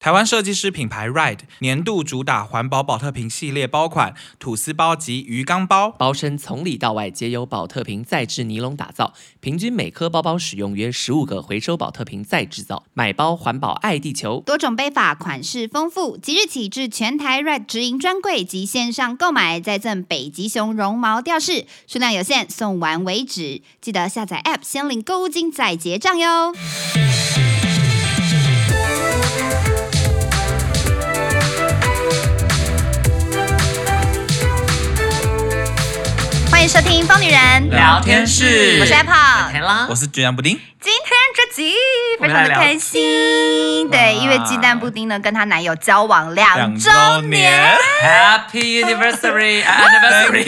台湾设计师品牌 Ride 年度主打环保保特瓶系列包款吐司包及鱼缸包，包身从里到外皆由保特瓶再制尼龙打造，平均每颗包包使用约十五个回收保特瓶再制造，买包环保爱地球。多种背法，款式丰富。即日起至全台 Red 直营专柜及线上购买，再赠北极熊绒毛吊饰，数量有限，送完为止。记得下载 App 先领购物金再结账哟。欢迎收听《疯女人聊天室我是 Apple，啦我是居然布丁，今天这集我非常们来的聊开心，对，因为鸡蛋布丁呢跟她男友交往两周年。 Happy Anniversary Anniversary！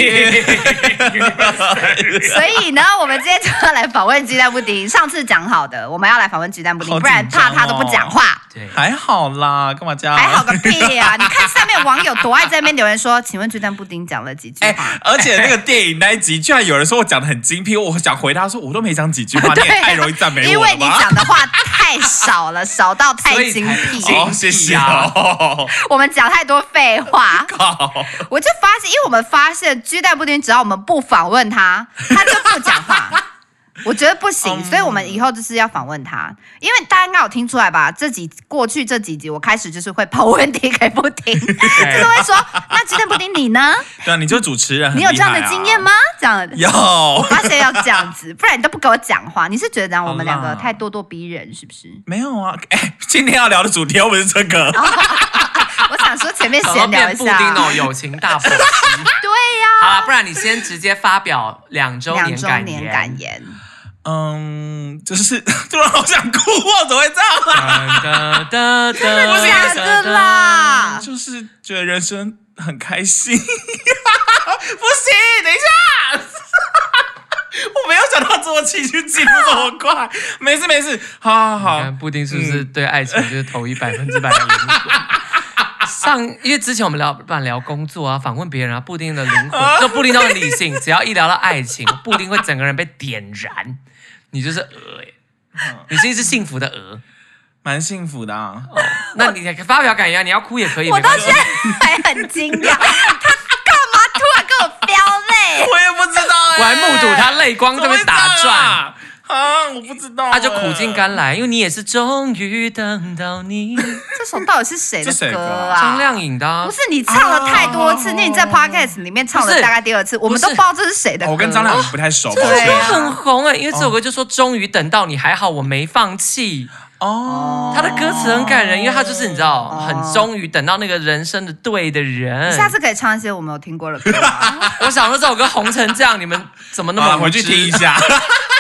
所以呢，我们今天就要来访问鸡蛋布丁。上次讲好的，我们要来访问鸡蛋布丁，好哦不然怕他都不讲话。对还好啦，干嘛这样？还好个 屁啊！你看下面网友多爱在那边留言说：“请问鸡蛋布丁讲了几句哎、话？”而且那个电影那一集，居然有人说我讲的很精辟，我想回答说我都没讲几句话，你 对啊也哎太容易赞美因我为了你吧？讲的话太少了，少到太精所以才辟。哦，谢谢啊 哦，我们讲太多废 话，靠，我就发现，因为我们发现鸡蛋布丁，只要我们不访问他，他就不讲话。 我觉得不行，嗯所以我们以后就是要访问他，因为大家应该有听出来吧？这几过去这几集，我开始就是会抛问题给布 丁，就是会说：“那鸡蛋布丁你呢？对啊，你就是主持人、很你有厉这样的害啊经验吗？”这样的，有， 发现要这样子，不然你都不跟我讲话。你是觉得这样我们两好啦个太咄咄逼人，是不是？没有啊？哎、今天要聊的主题又不是这个，我想说前面想到闲聊 变一布丁那下，种友情大补。对呀、好啦，不然你先直接发表两周两年周感年言。感言，嗯，就是 突然好想哭，我怎么会这样啊？哒哒哒不是假的啦，啊就是觉得人生很开心。不 行，等一下，我没有想到这么情绪进步这么快。没事没事，好好你好看，布丁是不是对爱情就是投以百分之百的灵魂？上，因为之前我们聊不然聊工作啊，访问别人啊，布丁的灵魂，就布丁都很理性，只要一聊到爱情，布丁会整个人被点燃，你就是鹅、欸，你是一只幸福的鹅。蛮幸福的啊。那你发表感言啊，你要哭也可以，我没到关系现在还很惊讶，他干嘛突然跟我飙泪？我也不知道、欸，我还目睹他泪光这怎么边会打这样转。啊啊！我不知道、他就苦尽。甘来，因为你也是终于等到你。这首到底是谁的这谁歌歌啊？啊张靓颖的啊、不是你唱了太多次，哦那你在 podcast 里面唱了不是大概第二次，我们都不知道这是谁的哦歌。我跟张亮不太熟，抱对这歉首歌啊很红哎、因为这首歌就说终于等到你，还好我没放弃。哦。他的歌词很感人，因为他就是你知道，很终于等到那个人生的对的人。下次可以唱一些我没有听过的歌吗， 我想说这首歌红成这样，你们怎么 那好了，么无知啊回去听一 下。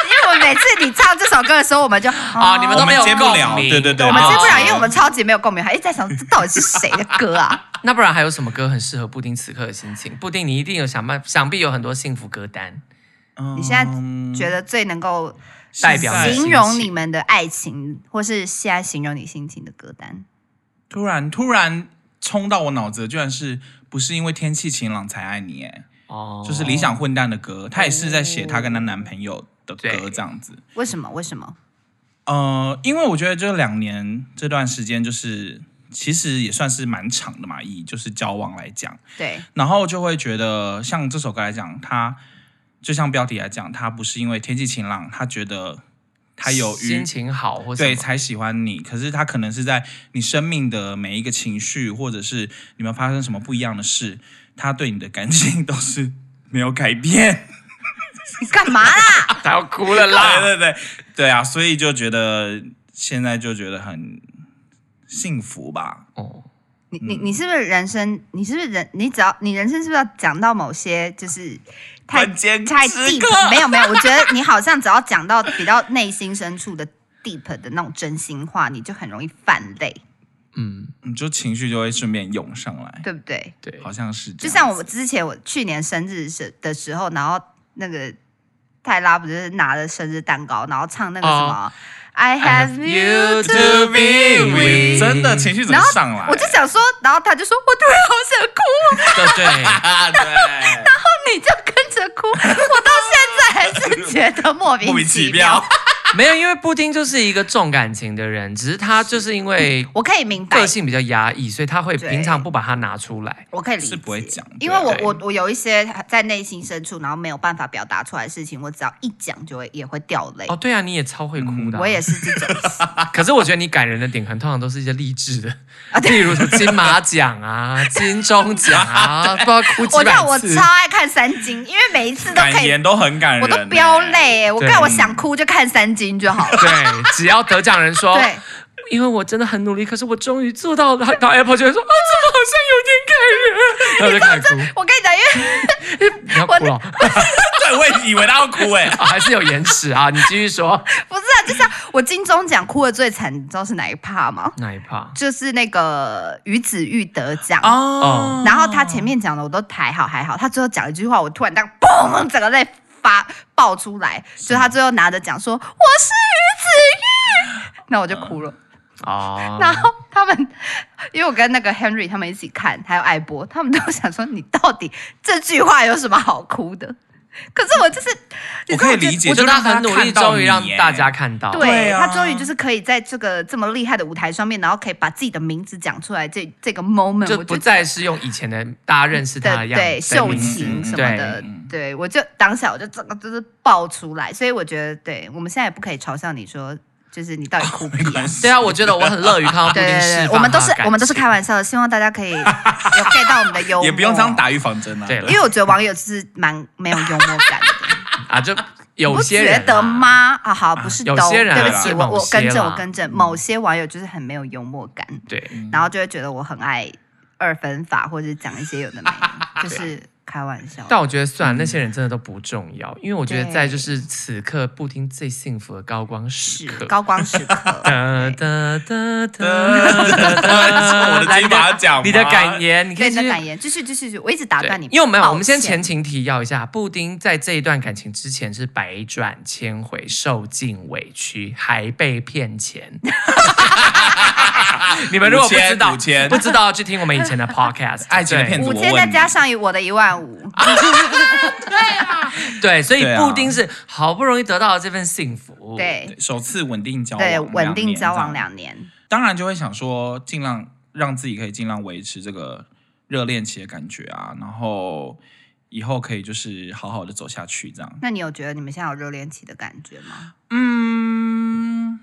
因为我每次你唱这首歌的时候，我们就哦啊？你们都没有我们接不了共鸣，对对对我们哦接不了，哦因为我们超级没有共鸣，还一直在想这到底是谁的 歌啊？那不然还有什么歌很适合布丁此刻的心情？布丁，你一定有想办，想必有很多幸福歌单。你你现在觉得最能够代表你的形心容情你们的爱情，或是现在形容你心情的歌单？突然突然冲到我脑子，居然是不是因为天气晴朗才爱你？哎，哦就是理想混蛋的歌，她也是在写她跟她男朋友的歌对这样子。为什么？为什么？呃，因为我觉得这两年这段时间，就是其实也算是蛮长的嘛，以就是交往来讲，对，然后就会觉得像这首歌来讲，它就像标题来讲，它不是因为天气晴朗，他觉得他有余心情好或什对么。才喜欢你。可是他可能是在你生命的每一个情绪，或者是你们发生什么不一样的事，他对你的感情 都是没有改变。你 干嘛啦？他要哭了对 啦！对对对啊，所以就觉得现在就觉得很幸福吧。 哦，你你你是不是人生？你是不是人？你只要你人生是不是要讲到某些就是太关键太时 deep？刻没有没有，我觉得你好像只要讲到比较内心深处的 deep 的那种真心话，你就很容易泛泪，嗯，你就情绪就会顺便涌上来，对不对？对，好像是这就样像我子之前我去年生日时的时候，然后那个泰拉不是拿着生日蛋糕，然后唱那个什么、I 哦 have you to be with， with 真的情绪怎然么后上来？ 我就想说，然后他就说我突然好想哭，对对。啊，对，然后你就跟着哭，我到现在还是觉得莫 莫名其其妙。没有，因为布丁就是一个重感情的人，只是他就是因为我可以明白个，性比较压抑，所以他会嗯对平常不把它拿出来。我可以理解，是不会讲因为我对我我有一些在内心深处，然后没有办法表达出来的事情，我只要一讲就会也会掉泪。哦，对啊，你也超会哭的啊、嗯我也是这种， 可是我觉得你感人的点，可能通常都是一些励志的，啊例如什么金马奖 啊、金钟奖啊，不知道哭我几知道百我次超。爱看三金，因为每一次都可感以，言都很感人、欸我都飙。泪、我对看我想哭就看三金就好了。对，只要得奖人哦说，对，因为我真的很努力，可是我终于做到了。然后 Apple 就会说，啊，这个好像有点感人，然后就开始我跟你讲，因为 哭。你要哭了、 对，我也以为他要哭哎、啊还是有延迟啊？你继续说不是啊，就是啊我金钟奖哭的最惨，你知道是哪一趴吗？哪一趴？就是那个于子玉得奖。哦嗯然后他前面讲的我都还好还好，他最后讲一句话，我突然这样嘣，整个泪发爆出来，就他最后拿着奖说我是于子玉，那我就哭了。哦，然后他们，因为我跟那个 Henry 他们一起看，还有艾波，他们都想说你到底这句话有什么好哭的？ 可是我就是，你我知道可以理解，我觉就得他让很努力，看到终于你让耶大家看到。对对啊他终于就是可以在这个这么厉害的舞台上面，然后可以把自己的名字讲出来，这这个 moment 就我不就再是用以前的大家认识他的对样子对的秀名字琴什么对的嗯，对我就当下我就整个就是爆出来，所以我觉得，对我们现在也不可以嘲笑你说，就是你到底 哭屁啊。对啊，我觉得我很乐于看到布 对丁对释对，放我们都他是的感我们都是情开玩笑的，希望大家可 以有 get 到我们的幽默，也不用这样，打预防针啊。对了因为我觉得网友就是蛮没有幽默感 的，啊，就你有不些觉人得啦？吗？啊，好，不是有都，些人啊对不啦起，是我某我更些正，啦嗯我更正，某些网友就是很没有幽默感，对，然后就会觉得我很爱二分法，或者是讲一些有的没的， 啊就是开玩笑。但我觉得算了，那些人真的都不重要，因为我觉得在嗯对就是此刻布丁最幸福的高光时是刻。高光时 刻。哒对哒 哒对哒哒 哒，我的金马奖吗你的感言，你可对以你的继续感言，继续继续，继续我一直打对啊断你，因为我们抱我们先前歉情提要一下，布丁在这一段感情之前是百转千回，受尽委屈，还被骗钱。 你们如果不知道五千五千不知道，去听我们以前的 podcast《 爱情的骗子五我千问再你加上我的一万五，啊对》。对，所以对啊布丁是好不容易得到了这份幸福。，对首次稳定交往，对，稳定交往两年这样，两年，当然就会想说，尽量让自己可以尽量维持这个热恋期的感觉啊，然后以后可以就是好好的走下去这样。那你有觉得你们现在有热恋期的感觉吗？嗯，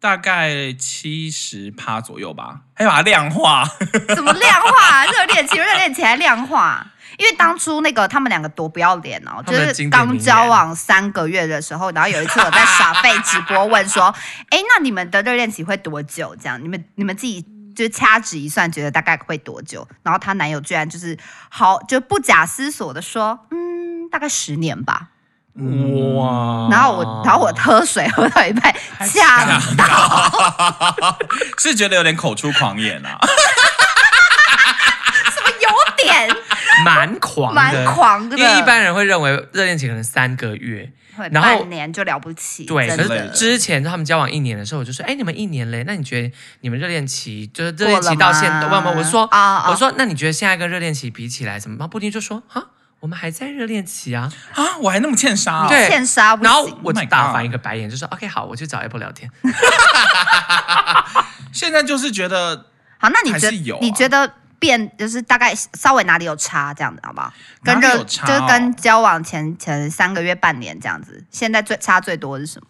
大概七十趴左右吧，还有把它啊量化。怎么量化、啊热恋期，热恋期还量化？因为当初那个他们两个多不要脸哦，他就们的是经典刚名言交往三个月的时候，然后有一次我在耍废直播问说，哎，那你们的热恋期会多久？这样你们你们自己。就是掐指一算，觉得大概会多久？然后她男友居然就是好，就不假思索的说，嗯，大概十年吧。哇然后我，然哦后我喝水喝到一半，吓 到，是觉得有点口出狂言啊，怎么有点蛮狂的，蛮狂的因为一般人会认为热恋期可能三个月，会 然后半年就了不起，对，真类可是的的。之前他们交往一年的时候，我就说，哎，你们一年嘞，那你觉得你们热恋期就是热恋过了期到现吗在，我我我说啊啊我说，那你觉得现在跟热恋期比起来怎么？然后布丁就说，啊，我们还在热恋期啊。啊，我还那么欠杀、哦，对欠杀不然后行，我 Oh 就 my 大 God 翻一个白眼，就说，OK，好，我去找 Apple 聊天。现在就是觉得好，那你觉还是有啊你觉得变就是大概稍微哪里有差这样子，好不好？跟哪里热有差就哦是跟交往前前三个月、半年这样子，现在最差最多的是什么？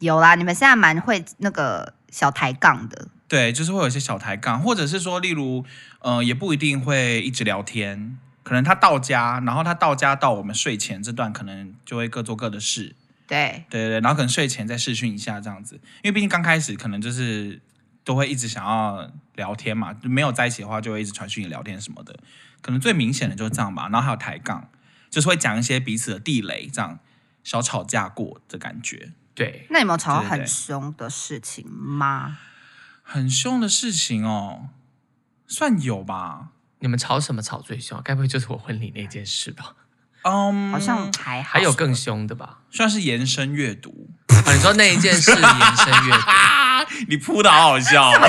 有啦，你们现在蛮会那个小抬杠的，对，就是会有一些小抬杠，或者是说，例如，呃，也不一定会一直聊天，可能他到家，然后他到家到我们睡前这段，可能就会各做各的事，对，对对对，然后可能睡前再视讯一下这样子，因为毕竟刚开始可能就是都会一直想要聊天嘛，没有在一起的话就会一直传讯聊天什么的，可能最明显的就是这样吧，然后还有抬杠，就是会讲一些彼此的地雷，这样小吵架过的感觉。对，那你们有吵到对对很对凶的事情吗？很凶的事情哦，算有吧。你们吵什么吵最凶？该不会就是我婚礼那件事吧？嗯、好像还好，还 有更凶的吧？ 算是延伸阅读。啊啊你说那一件事延伸阅读。你扑的好好笑、哦，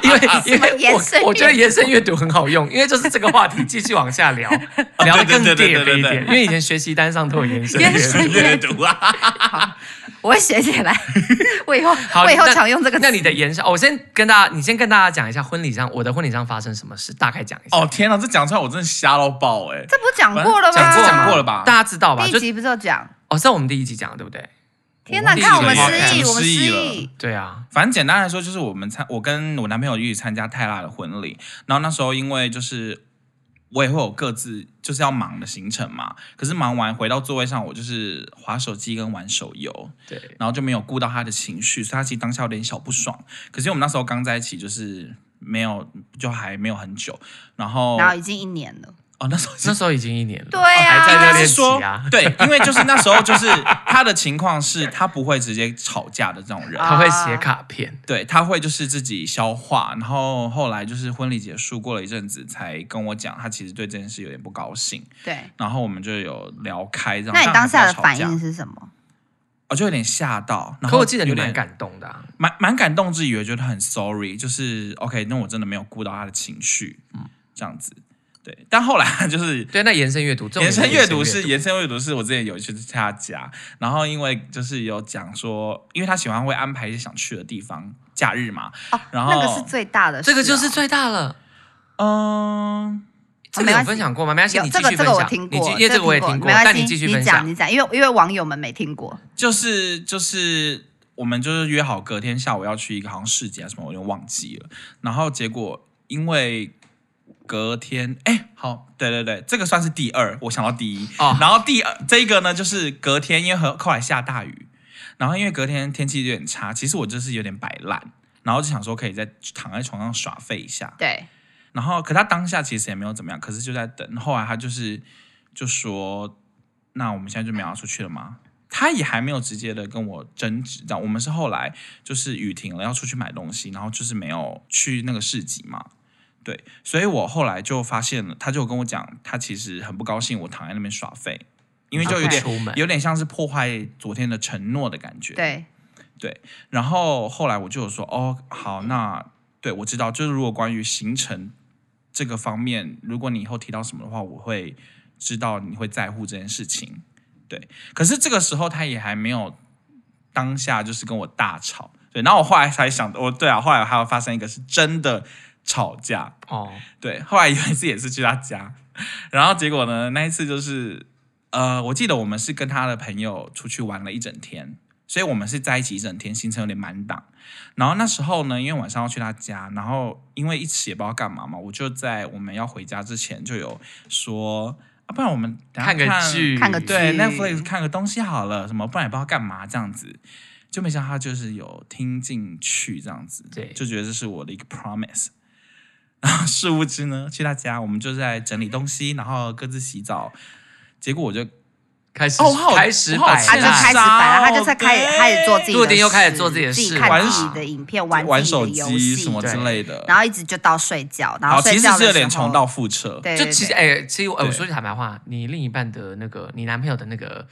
因为因么为延伸我阅读我觉得延伸阅读很好用，因为就是这个话题继续往下聊，聊得更 d 对对对对 e e 对一对 点。因为以前学习单上都有延伸阅延伸读，阅读啊！我我会学起来。我以后 好，我以后那常用这个词。那你的延伸，哦我先跟大家，你先跟大家讲一下婚礼上我的婚礼上发生什么事，大概讲一下。哦天哪，这讲出来我真的瞎到爆哎、这不讲过了吗？反正讲讲过过了了吧大家知道吧？第就一集不就讲？哦，在我们第一集讲的，对不对？天哪，第一看我们集了失忆，我我们失失忆了忆。对啊，反正简单来说，就是我们参我跟我男朋友一起参加泰拉的婚礼，然后那时候因为就是我也会有各自就是要忙的行程嘛，可是忙完回到座位上，我就是划手机跟玩手游，对，然后就没有顾到他的情绪，所以他其实当下有点小不爽。可是我们那时候刚在一起，就是没有就还没有很久，然后然后已经一年了，哦那时候那时候已经一年了，对 啊哦还在热他恋是期说啊，，对，因为就是那时候就是他的情况是他不会直接吵架的这种人，啊他会写卡片，对，他会就是自己消化，然后后来就是婚礼结束，过了一阵子才跟我讲，他其实对这件事有点不高兴，对。然后我们就有聊开这样。那你但还当是下的要吵反架应，是什么？我就有点吓到，然可后我记得你有蛮点感动的啊。蛮蛮感动之余，我觉得很 sorry，就是 OK，那我真的没有顾到他的情绪，嗯，这样子，对，但后来啊就是对，那延伸阅读，重点延是伸阅读是延伸延伸阅读是我之前有去他家，然后因为就是有讲说，因为他喜欢会安排一些想去的地方，假日嘛，哦，然后那个是最大的事哦，这个啊就是最大了。嗯，这个有啊没关系分享过吗？没关系，有你继这个续这分个我享。听你继过，因为这个我也过听过，没但关你系，继续你分讲享。你讲，因为因为网友们没听过，就是就是我们就是约好隔天下午要去一个好像市集啊什么，我有点忘记了。然后结果因为隔天，哎，好，对对对，这个算是第二，我想到第一。哦然后第二这个呢，就是隔天，因为和后来下大雨，然后因为隔天天气有点差，其实我就是有点摆烂。然后就想说可以在躺在床上耍废一下，对，然后可他当下其实也没有怎么样，可是就在等。后来他就是就说：“那我们现在就没有要出去了吗？”他也还没有直接的跟我争执，这样我们是后来就是雨停了要出去买东西，然后就是没有去那个市集嘛，对，所以我后来就发现了，他就跟我讲，他其实很不高兴我躺在那边耍废，因为就有点出门有点像是破坏昨天的承诺的感觉，啊对，然后后来我就有说，哦，好，那对我知道，就是如果关于行程这个方面，如果你以后提到什么的话，我会知道你会在乎这件事情。对，可是这个时候他也还没有当下就是跟我大吵，对，然后我后来才想，哦，对啊，后来还有发生一个是真的吵架，哦，对，后来有一次也是去他家，然后结果呢，那一次就是，呃，我记得我们是跟他的朋友出去玩了一整天，所以我们是在一起一整天，行程有点满档。然后那时候呢，因为晚上要去他家，然后因为一起也不知道干嘛嘛，我就在我们要回家之前就有说，啊，不然我们等下看个剧，看个剧对 Netflix 看个东西好了，什么不然也不知道干嘛这样子。就没想到他就是有听进去这样子，对就觉得这是我的一个 promise。然后殊不知呢，去他家我们就在整理东西，然后各自洗澡，结果我就开始哦我好开始我好摆气他就啊开始是啊摆了，他就在开对开始做自己的事，陆丁又开始做自己的事自己看玩自己的影片，玩玩自己的手游机戏什么之对类的。然后一直就到睡觉，然好，后其睡实觉是的有时点候重蹈，覆辙。对，就对其实对哎，其实哎，我对说句坦白话，你另一半的那个，你男朋友的那个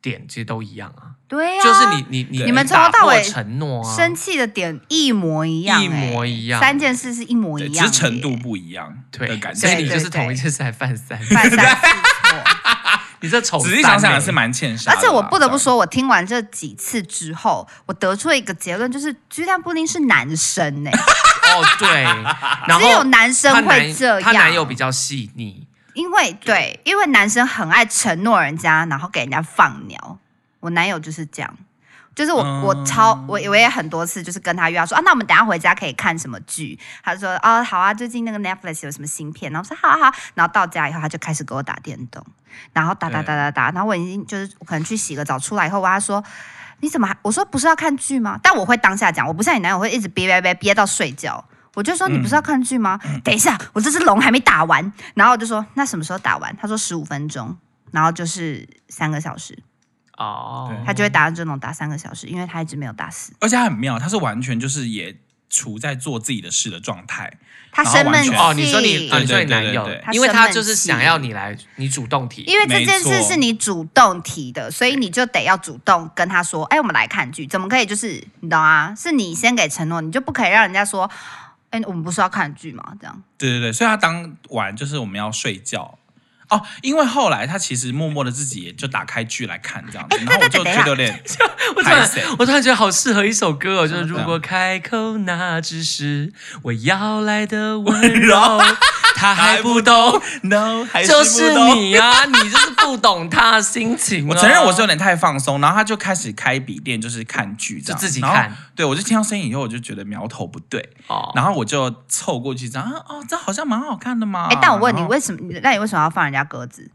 点其实都一样啊，对呀，就是你你你对你们从头到尾打破承诺啊，生气的点一模一样，一模一样哎三件事是一模对，一只样，是程度不一样的对，感所觉。以你就是对对同一件事还犯三，哎，犯三次错。 你这丑三欸，仔细想想也是蛮欠杀的而啦。且啊我不得这样，不说，我听完这几次之后，我得出了一个结论，就是鸡蛋布丁是男生呢、哦， 对，然后只有男生她会男这她男友样。比较细腻，因为对，因为男生很爱承诺人家，然后给人家放鸟。我男友就是这样，就是我、嗯我超我我也很多次就是跟他约他说啊，那我们等一下回家可以看什么剧？他就说啊好啊，最近那个 Netflix 有什么新片？然后我说好啊好啊，然后到家以后他就开始给我打电动，然后嗯打打打打打，然后我已经就是我可能去洗个澡出来以后，我跟他说。你怎么还？我说不是要看剧吗？但我会当下讲，我不像你男友会一直憋憋憋憋到睡觉。我就嗯说你不是要看剧吗？等一下，我这只龙还没打完。然后我就说那什么时候打完？他说十五分钟，然后就是三个小时，哦对，他就会打这种打三个小时，因为他一直没有打死。而且他很妙，他是完全就是也处在做自己的事的状态。他生闷气。然后哦，你说你，对哦，你说你男友对对对，对因为他就是他生闷气想要你来，你主动提，因为这件事没错是你主动提的，所以你就得要主动跟他说：“哎，我们来看剧。”怎么可以就是你懂啊？是你先给承诺，你就不可以让人家说：“哎，我们不是要看剧吗？”这样。对对对，所以他当晚就是我们要睡觉。哦，因为后来他其实默默的自己也就打开剧来看这样子，哎然后我那就等一觉下得有点我突然拍谁，我突然觉得好适合一首歌哦，就是什如么果开口那只是我要来的温柔，他还不懂， no，还就不是懂。你啊， 你就是不懂他的心情啊、我承认我是有点太放松，然后他就开始开笔电，就是看剧这样，就自己然后看。对，我就听到声音以后，我就觉得苗头不对，哦，然后我就凑过去，这样啊哦，这好像蛮好看的嘛。哎、但我问你，然后为什么？你那你为什么要放人家鸽子？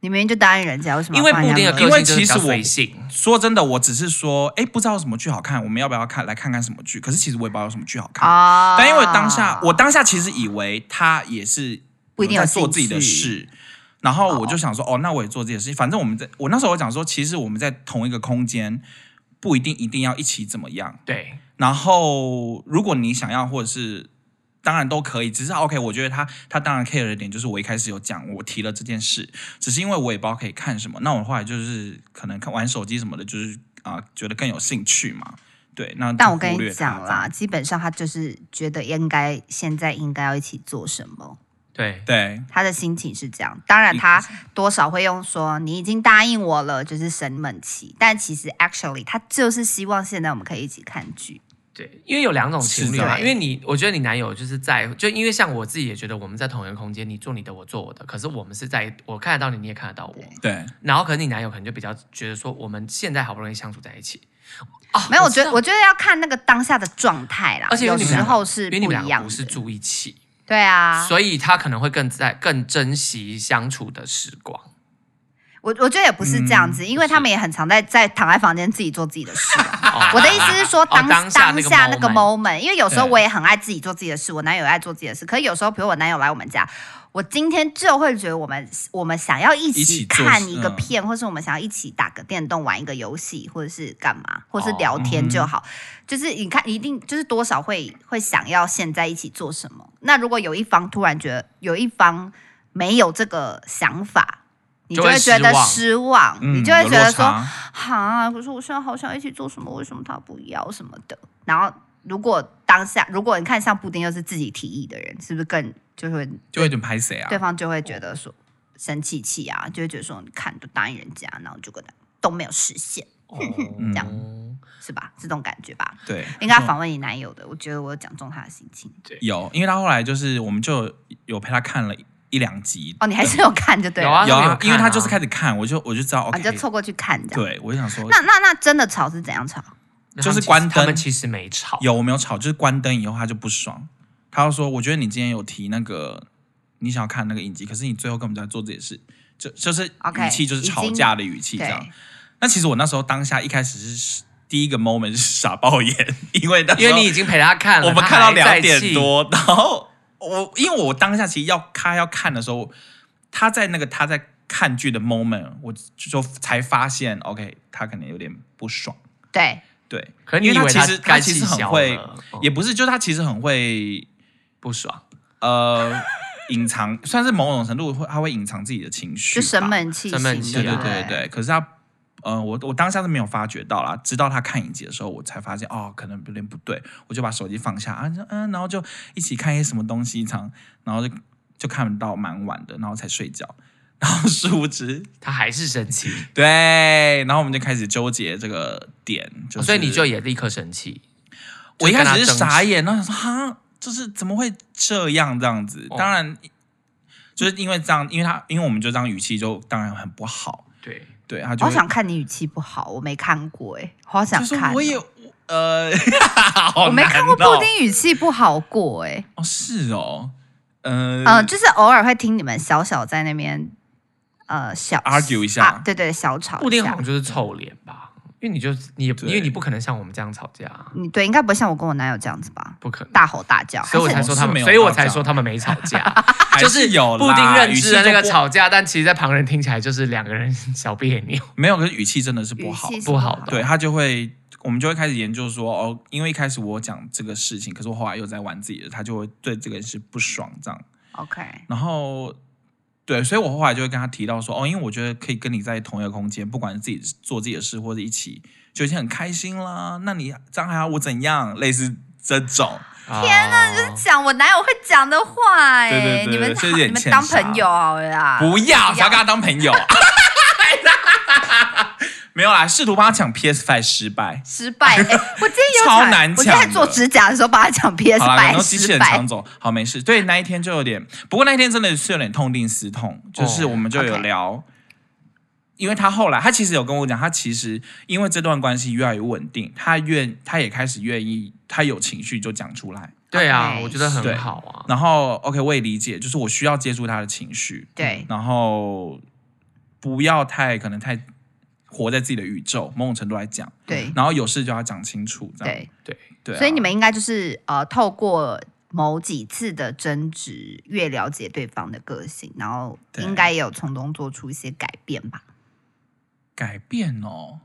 你明明就答应人家，为什么因要为放布人丁家的鸽个子？因为性就是比较其实我随性，说真的，我只是说，哎，不知道什么剧好看，我们要不要看来看看什么剧？可是其实我也不知道有什么剧好看。啊但因为当下，我当下其实以为他也是不一定有在做兴自己的趣事，然后我就想说，哦，那我也做这件事情。反正我们在，我那时候我讲说，其实我们在同一个空间，不一定一定要一起怎么样。对，然后如果你想要，或者是当然都可以，只是 OK，我觉得他他当然 care 的点就是我一开始有讲，我提了这件事，只是因为我也不知道可以看什么，那我后来就是可能看玩手机什么的，就是啊、觉得更有兴趣嘛。对，那就但我跟忽略你它讲这样啦，，基本上他就是觉得应该现在应该要一起做什么，对，对，他的心情是这样。当嗯然，他多少会用说你已经答应我了，就是生闷气。但其实 actually 他就是希望现在我们可以一起看剧。对，因为有两种情侣嘛，是的因为你，我觉得你男友就是在，就因为像我自己也觉得我们在同一个空间，你做你的，我做我的，可是我们是在，我看得到你，你也看得到我，对，然后可能你男友可能就比较觉得说，我们现在好不容易相处在一起，啊，哦没有，我知觉道得我觉得要看那个当下的状态啦，而且因为你有们时两个候是因为你不们两一个样不是的。住一起，对啊，所以他可能会更在更珍惜相处的时光。我我觉得也不是这样子，嗯因为他们也很常在在躺在房间自己做自己的事、啊。哦我的意思是说，当、哦当下那个下那个 moment moment，因为有时候对我也很爱自己做自己的事，我男友也爱做自己的事。可是有时候，比如我男友来我们家，我今天就会觉得我们我们想要一一起起做看事一个嗯片，或是我们想要一起打个电动、玩一个游戏，或者是干嘛，或是哦聊天就嗯好。就是你看，一定就是多少会会想要现在一起做什么。那如果有一方突然觉得有一方没有这个想法，你就就会会觉得失望失望，嗯你就会有觉得落说，差哈，可是我现在好想一起做什么，为什么他不要什么的？然后如果当下，如果你看像布丁又是自己提议的人，是不是更就会就有点拍谁啊？对方就会觉得说生气气啊，就会觉得说你看都答应人家，然后就跟他都没有实现，哦嗯这样是吧？是这种感觉吧？对，应该访问你男友的，我觉得我有讲中他的心情。有，因为他后来就是我们就有陪他看了一一两集，哦，你还是有看就对了，有啊有他们啊有，看因为他就是啊开始看，我就我就知道啊你就 OK，凑过去看这样。对我就想说，那那那真的吵是怎样吵？那就是他们其实关灯他们其实没吵，有我没有吵，就是关灯以后他就不爽，他就说我觉得你今天有提那个你想要看那个影集，可是你最后根本就在做这些事，就就是 OK，语气就是已吵经架的语气这样对。，那其实我那时候当下一开始是第一个 moment 是傻爆眼， 因为那时因候为你已经陪他看了，我们他看到还在两点气，多，然后我因为我当下其实要他要看的时候，他在那个他在看剧的 moment，我就就才发现 OK，他可能有点不爽，对，对，可是你因为以他为其实他他其实很会，也不是，就他其实很会不爽，呃 隐藏，算是某种程度会他会隐藏自己的情绪就吧，生闷气型生的，闷气对对啊对对，可是他。呃，我我当下是没有发觉到啦，直到他看影集的时候，我才发现哦，可能有点不对，我就把手机放下啊，就嗯，然后就一起看一些什么东西，这样，然后就就看到蛮晚的，然后才睡觉，然后殊不知，他还是生气，对，然后我们就开始纠结这个点，就是、哦所以你就也立刻生气。我一开始是就跟他争傻眼，然后想说哈，就是怎么会这样这样子？哦当然，就是因为这样，因为他因为我们就这样语气就当然很不好，对，对他就好会想看你语气不好，我没看过哎、好想就是看哦、我也哦呃， 我我没看过布丁语气不好过哎、哦，是哦，呃，嗯、就是偶尔会听你们小小在那边呃小 Argue 一下啊对对，小吵布一丁好下像。就是臭脸吧，因为你就是你也，对因为你不可能像我们这样吵架啊，你对，应该不会像我跟我男友这样子吧，不可能。大吼大叫。所以我还才是说他是们没，有所以我到这才样说他们没吵架， 还就是有布啦丁认知的那语个气就吵架，但其实在旁人听起来就是两个人小别扭。不没有，可是语气真的是不语好气，是不好的。对他就会。我们就会开始研究说，哦，因为一开始我讲这个事情，可是我后来又在玩自己的，他就会对这个人是不爽这样。 OK，然后对，所以我后来就会跟他提到说，哦，因为我觉得可以跟你在同一个空间，不管是自己做自己的事或者一起，就已经很开心啦。那你这样还要我怎样？类似这种， 天哪，你就是讲我哪有会讲的话哎、对对对你们这有点你们欠当杀朋友好了啦。不要，啊不要谁要跟他当朋友啊？ 没有啦，试图帮他抢 PS Five 失败。失败、哎，我今天 有超讲难我今天讲的做指甲的时候把它讲 PS 好啦，然败后机器失人败抢，走，好没事。对，那一天就有点，不过那一天真的是有点痛定思痛，就是哦我们就有 OK 聊。因为他后来，他其实有跟我讲，他其实因为这段关系越来越稳定，他愿他也开始愿意，他有情绪就讲出来。对啊， OK，我觉得对很好哦啊。然后 OK，我也理解，就是我需要接触他的情绪，对然后不要太可能太活在自己的宇宙，某种程度来讲，对然后有事就要讲清楚，这样对，对，对啊、所以你们应该就是呃，透过某几次的争执，越了解对方的个性，然后对应该也有从中做出一些改变吧。改变哦，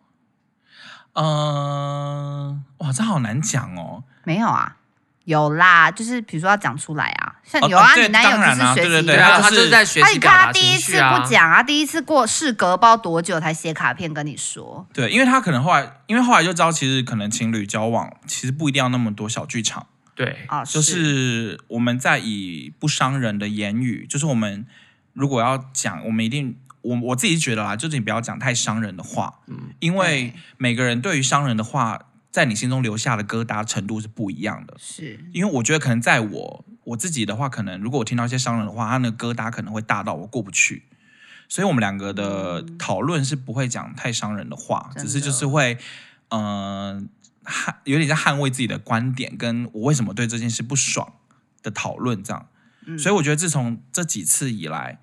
嗯、哇，这好难讲哦。没有啊，有啦，就是比如说要讲出来啊，像哦有啊，对你男友当然啊就是学习对对的他啊，就是他就是在学啊，习你表看达他第一情次绪啊。不讲啊，第一次过事隔不知道多久才写卡片跟你说，对，因为他可能后来，因为后来就知道，其实可能情侣交往其实不一定要那么多小剧场，对，啊，就是我们在以不伤人的言语，就是我们如果要讲，我们一定，我我自己觉得啦，就是你不要讲太伤人的话，嗯因为对每个人对于伤人的话，在你心中留下的疙瘩程度是不一样的。是因为我觉得可能在我我自己的话，可能如果我听到一些伤人的话，他那个疙瘩可能会大到我过不去。所以我们两个的讨论是不会讲太伤人的话，嗯真只的是就是会，嗯、捍有点在捍卫自己的观点，跟我为什么对这件事不爽的讨论这样。嗯所以我觉得自从这几次以来，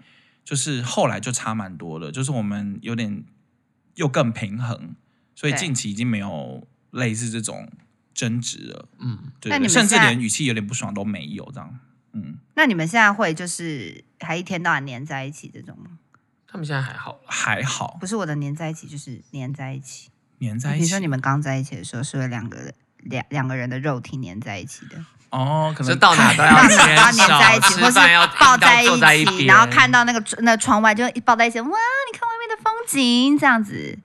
就是后来就差蛮多的，就是我们有点又更平衡，所以对近期已经没有类似这种争执了。嗯，对对那你们甚至现在连语气有点不爽都没有这样。嗯，那你们现在会就是还一天到晚黏在一起这种吗？他们现在还好啦。还好不是我的黏在一起，就是黏在一起。黏在比一如起说你们刚在一起的时候，是会两个人两两个人的肉体黏在一起 的，哦，可就能到哪都到要哪牵都要黏手在一起，吃或是饭要抱一定要在坐在一起，边然后看到那个那窗外就一抱在一起，哇，你看外面的风景这样子，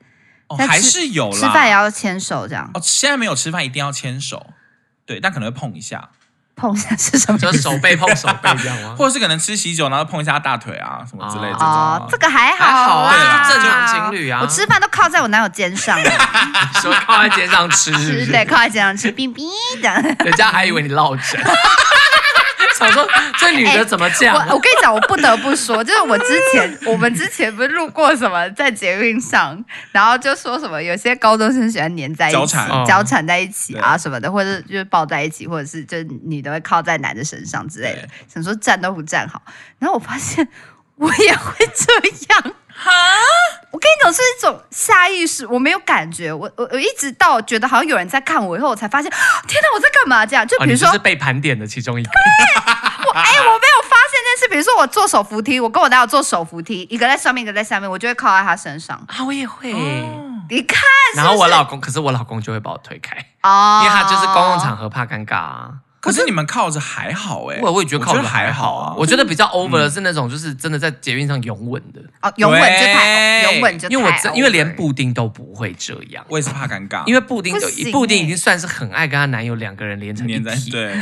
哦在吃还是有啦。吃饭也要牵手这样，哦，现在没有吃饭一定要牵手，对，但可能会碰一下，碰一下是什么就意是思？手背碰手背这 样吗？或者是可能吃喜酒然后碰一下大腿啊什么之类的哦这种啊。哦，这个还好还好啦啊这是正常情侣啊我吃饭都靠在我男友肩上了， 手靠在肩上吃，是 不吃是对，靠在肩上吃冰冰的。 人家还以为你落枕， 想说这女的怎么这样？哎我我跟你讲，我不得不说，就是我之前我们之前不是路过什么在捷运上， 然后就说什么有些高中生喜欢黏在一起，交哦缠交缠在一起啊什么的，或者就是抱在一起，或者是就是女的会靠在男的身上之类的对，想说站都不站好。然后我发现我也会这样。我跟你讲，是一种下意识，我没有感觉，我我我一直到觉得好像有人在看我以后，我才发现，啊天哪，我在干嘛？这样就哦比如你说，就是被盘点的其中一个， 我哎、我没有发现这件事。比如说我坐手扶梯，我跟我男友坐手扶梯，一个在上面，一个在下面，我就会靠在他身上。啊，我也会。你看，然后我老公，可是我老公就会把我推开，因哦，为他就是公共场。合怕尴尬啊。可是你们靠着还好哎、我我也觉得靠我得还还好好啊啊，我觉得比较 over 的是那种就是真的在捷运上拥吻的，哦，拥吻就太，对拥吻就太因为我真 over 因为连布丁都不会这样。我也是怕尴尬，因为布丁不就行欸布丁已经算是很爱跟她男友两个人连成一黏在 体，对，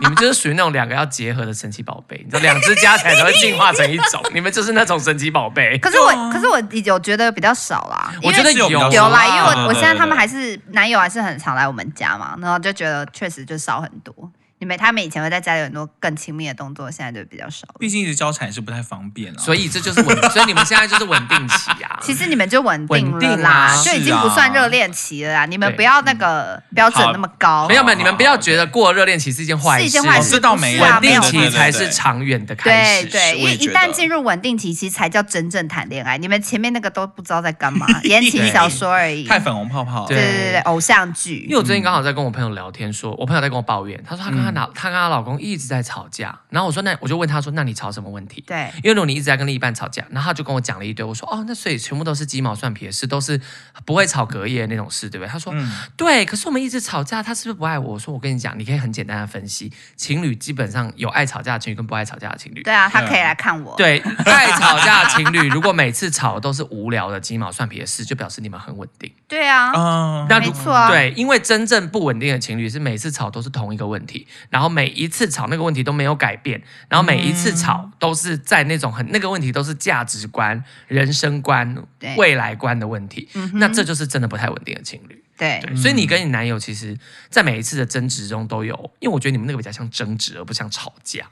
你们就是属于那种两个要结合的神奇宝贝，你知道两只加起来才会进化成一 种，你们就是那种神奇宝贝。可是我，可是我有觉得比较少啦，啊我觉得因为是有比较有啦，少因啊为对嗯对我我对现在他对们还是男友还啊是很常来我们家嘛，然后就觉得确实就少很多。你们他们以前会在家里有很多更亲密的动作，现在就比较少了。毕竟一直交缠也是不太方便啊。所以这就是稳，所以你们现在就是稳定期啊。其实你们就稳定稳了定啦，啊就已是经啊不算热恋期了啦。你们对不要那个标准好那么高，没有没有，你们不要觉得过热恋期是一件坏事，是一件坏哦事，这倒不是没有啊稳没有定对对期对才是长远的开对始。对，因我为也一觉旦得进入稳定期，其实才叫真正谈恋爱。你们前面那个都不知道在干 嘛，言情小说而已。太对粉红泡泡了，对对对对，偶像因为剧。我最近刚好在跟我朋友聊天说，我朋友在跟我抱怨，她说她跟她老、她跟她老公一直在吵架，然后我说那我就问她说，那你吵什么问题？对，因为如果你一直在跟另一半吵架，然后他就跟我讲了一堆，我说哦，那所以全部都是鸡毛蒜皮的事，都是不会吵隔夜那种事，对不对？他说、嗯对，可是我们一直吵架，他是不是不爱我？我说我跟你讲，你可以很简单的分析，情侣基本上有爱吵架的情侣跟不爱吵架的情侣。对啊，他对啊可以来看我。嗯对，爱吵架的情侣，如果每次吵都是无聊的鸡毛蒜皮的事，就表示你们很稳定。对啊，嗯，哦那没如错啊。对，因为真正不稳定的情侣是每次吵都是同一个问题，然后每一次吵那个问题都没有改变，然后每一次吵都是在那种很那个问题都是价值观、人生观对、未来观的问题，嗯哼那这就是真的不太稳定的情侣。对对，所以你跟你男友其实，在每一次的争执中都有，因为我觉得你们那个比较像争执，而不像吵架，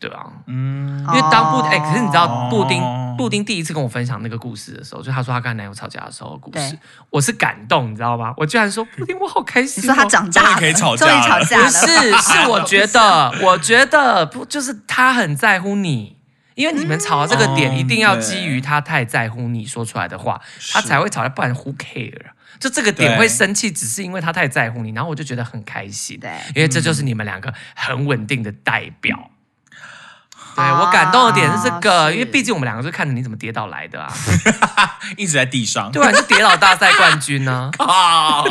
对啊吧？嗯，因为当布哎、可是你知道哦布丁布丁第一次跟我分享那个故事的时候，就她说她跟她男友吵架的时候的故事对，我是感动，你知道吗？我居然说布丁，我好开你心、哦。说他长大终了，于可以吵架终了于吵架不了，是，是我觉 得，我觉得不就是他很在乎你，因为你们吵到这个点，嗯一定要对基于他太在乎你说出来的话，他是才会吵架，不然 who care？就这个点对会生气，只是因为他太在乎你，然后我就觉得很开心，对因为这嗯就是你们两个很稳定的代表。对我感动的点是这个，嗯啊是因为毕竟我们两个是看着你怎么跌倒来的啊， 一直在地上。对啊，你是跌倒大赛冠军呢、 啊，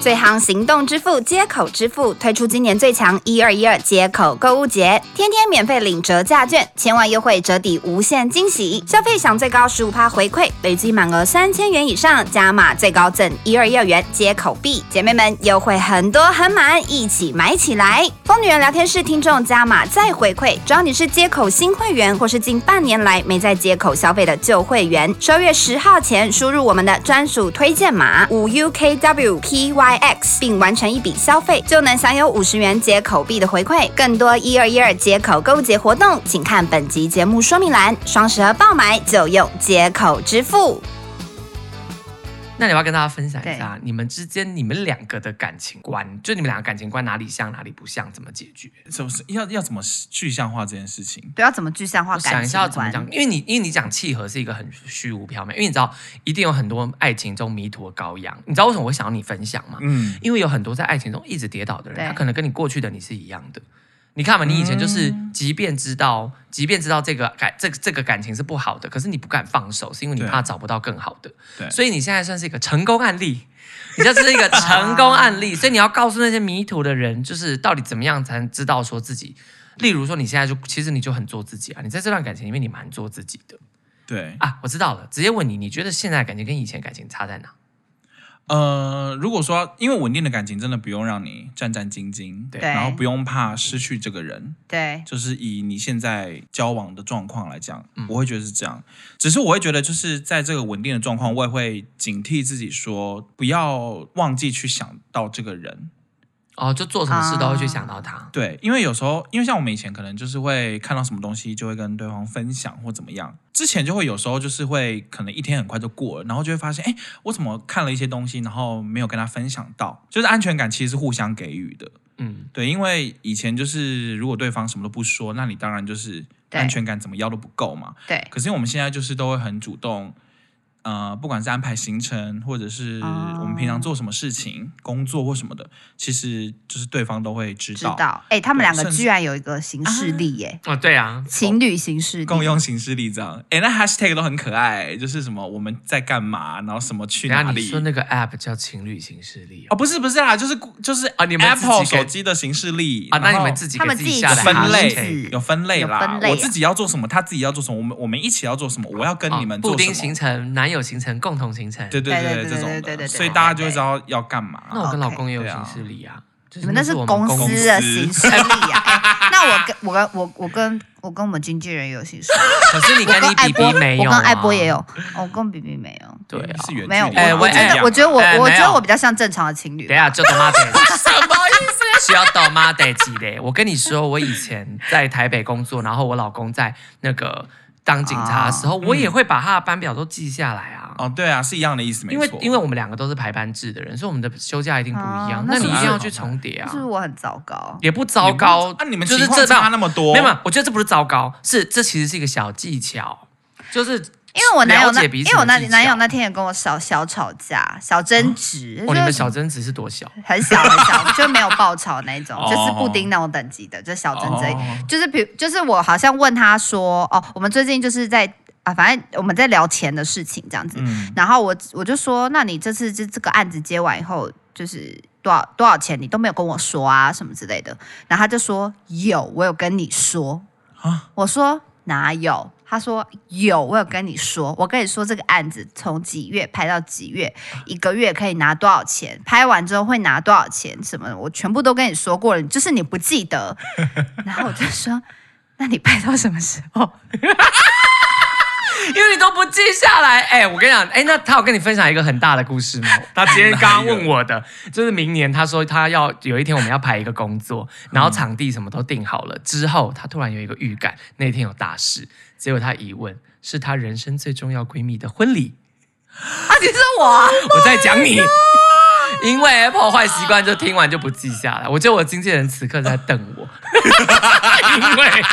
最夯行动支付、接口支付推出今年最强一二一二接口购物节，天天免费领折价券，千万优惠折抵无限惊喜，消费享最高十五趴回馈，累计满额三千元以上加码最高赠一二一二元接口币，姐妹们优惠很多很满，一起买起来！疯女人聊天室听众加码再回馈，只要你是接口新会员或是近半年来没在接口消费的旧会员，十二月十号前输入我们的专属推荐码五 UKWPYX，并完成一笔消费，就能享有五十元接口币的回馈。更多一二一二接口购物节活动，请看本集节目说明栏。双十二爆买就用接口支付。那你要不要跟大家分享一下你们之间你们两个的感情观，就你们两个感情观哪里像哪里不像，怎么解决？怎么是要要怎么具象化这件事情？对，要怎么具象化我想感一下要情怎么讲观？，因为你因为你讲契合是一个很虚无缥缈，因为你知道一定有很多爱情中迷途的羔羊，你知道为什么我会想要你分享吗？嗯，因为有很多在爱情中一直跌倒的人，对他可能跟你过去的你是一样的。你看嘛，你以前就是，即便知道，即便知道这个感这个这个感情是不好的，可是你不敢放手，是因为你对怕找不到更好的。对，所以你现在算是一个成功案例，你这是一个成功案例，所以你要告诉那些迷途的人，就是到底怎么样才能知道说自己。例如说，你现在就其实你就很做自己啊，你在这段感情里面你蛮做自己的对，啊。我知道了，直接问你，你觉得现在的感情跟以前感情差在哪？呃，如果说因为稳定的感情真的不用让你战战兢兢，对然后不用怕失去这个人，对，就是以你现在交往的状况来讲，嗯我会觉得是这样。只是我会觉得，就是在这个稳定的状况，我也会警惕自己说，不要忘记去想到这个人。哦，就做什么事都会去想到他。对，因为有时候，因为像我们以前可能就是会看到什么东西，就会跟对方分享或怎么样。之前就会有时候就是会可能一天很快就过了，然后就会发现，哎，我怎么看了一些东西，然后没有跟他分享到？就是安全感其实是互相给予的。嗯，对，因为以前就是如果对方什么都不说，那你当然就是对安全感怎么要都不够嘛。对，可是我们现在就是都会很主动，呃，不管是安排行程，或者是哦我们平常做什么事情、工作或什么的，其实就是对方都会知知道。道。哎，他们对两个甚至居然有一个行事历，耶，哦，对啊，情侣行事历，共用形式例这样，哎，那 hashtag 都很可爱，就是什么我们在干嘛，然后什么去等一哪下你里说。那个 app 叫情侣形式力哦，不是不是啦，就是就是啊你们自己 Apple 给手机的形式例啊？那你们己。自己他给们自自己己下的载分是类有分类啦有分类啊我自己要做什么，他自己要做什么，我们我们一起要做什么，我要跟你们做什哦布么。丁行程、男友行程、共同行程。对对对对对这对对种对对的，对所以大家就对会知道要干嘛。那我跟老 OK，公也有对啊行事力啊，就你们那是是我公公司啊司的行事历啊。哎那我跟我跟我我跟我跟我们经纪人 有行事历，可是你我跟跟你艾比波，比没有、我啊，跟艾波也有，哦我跟比比没有。对啊，是远距离没有，不一我样哎我喂真哎的，我觉得我哎，我觉没得有我比较像正常的情侣等一。下就他妈的， 什么意思？需要他妈的几嘞？我跟你说，我以前在台北工作，然后我老公在那个当警察的时啊候，我也嗯会把他的班表都记下来啊。哦，对啊，是一样的意思，没因为错。因为我们两个都是排班制的人，所以我们的休假一定不一样。哦那那你是一不定是要去重叠啊就，是我很糟糕，也不糟糕。啊那你们就情是况这差那么多，没有，没有我觉得这不是糟糕，是这其实是一个小技巧，就是因为我男友了那，解因彼此为我的那技巧男友那天也跟我小小吵架、小争执，哦，你就们是小争执是多小？很小很小，就没有爆吵那 一种，哦就是布丁那种等级的，就是小争执而已。哦就是比如，就是我好像问他说，哦，我们最近就是在啊，反正我们在聊钱的事情这样子。嗯，然后我我就说，那你这次这这个案子接完以后，就是多少多少钱你都没有跟我说啊，什么之类的。然后他就说有，我有跟你说啊。我说哪有？他说有，我有跟你说，我跟你说这个案子从几月拍到几月，一个月可以拿多少钱，拍完之后会拿多少钱，什么的我全部都跟你说过了，你就是你不记 得。然后我就说，那你拍到什么时候？因为你都不记下来。哎，我跟你讲，哎，那他有跟你分享一个很大的故事吗？ 他今天刚刚问我的，就是明年他说他要有一天我们要排一个工作，然后场地什么都定好了之后，他突然有一个预感，那天有大事。结果他一问，是他人生最重要闺蜜的婚礼。啊，你是我， 我 Oh 在讲你。因为 Apple 坏习惯就听完就不记下来，我觉得我经纪人此刻在瞪我， 因为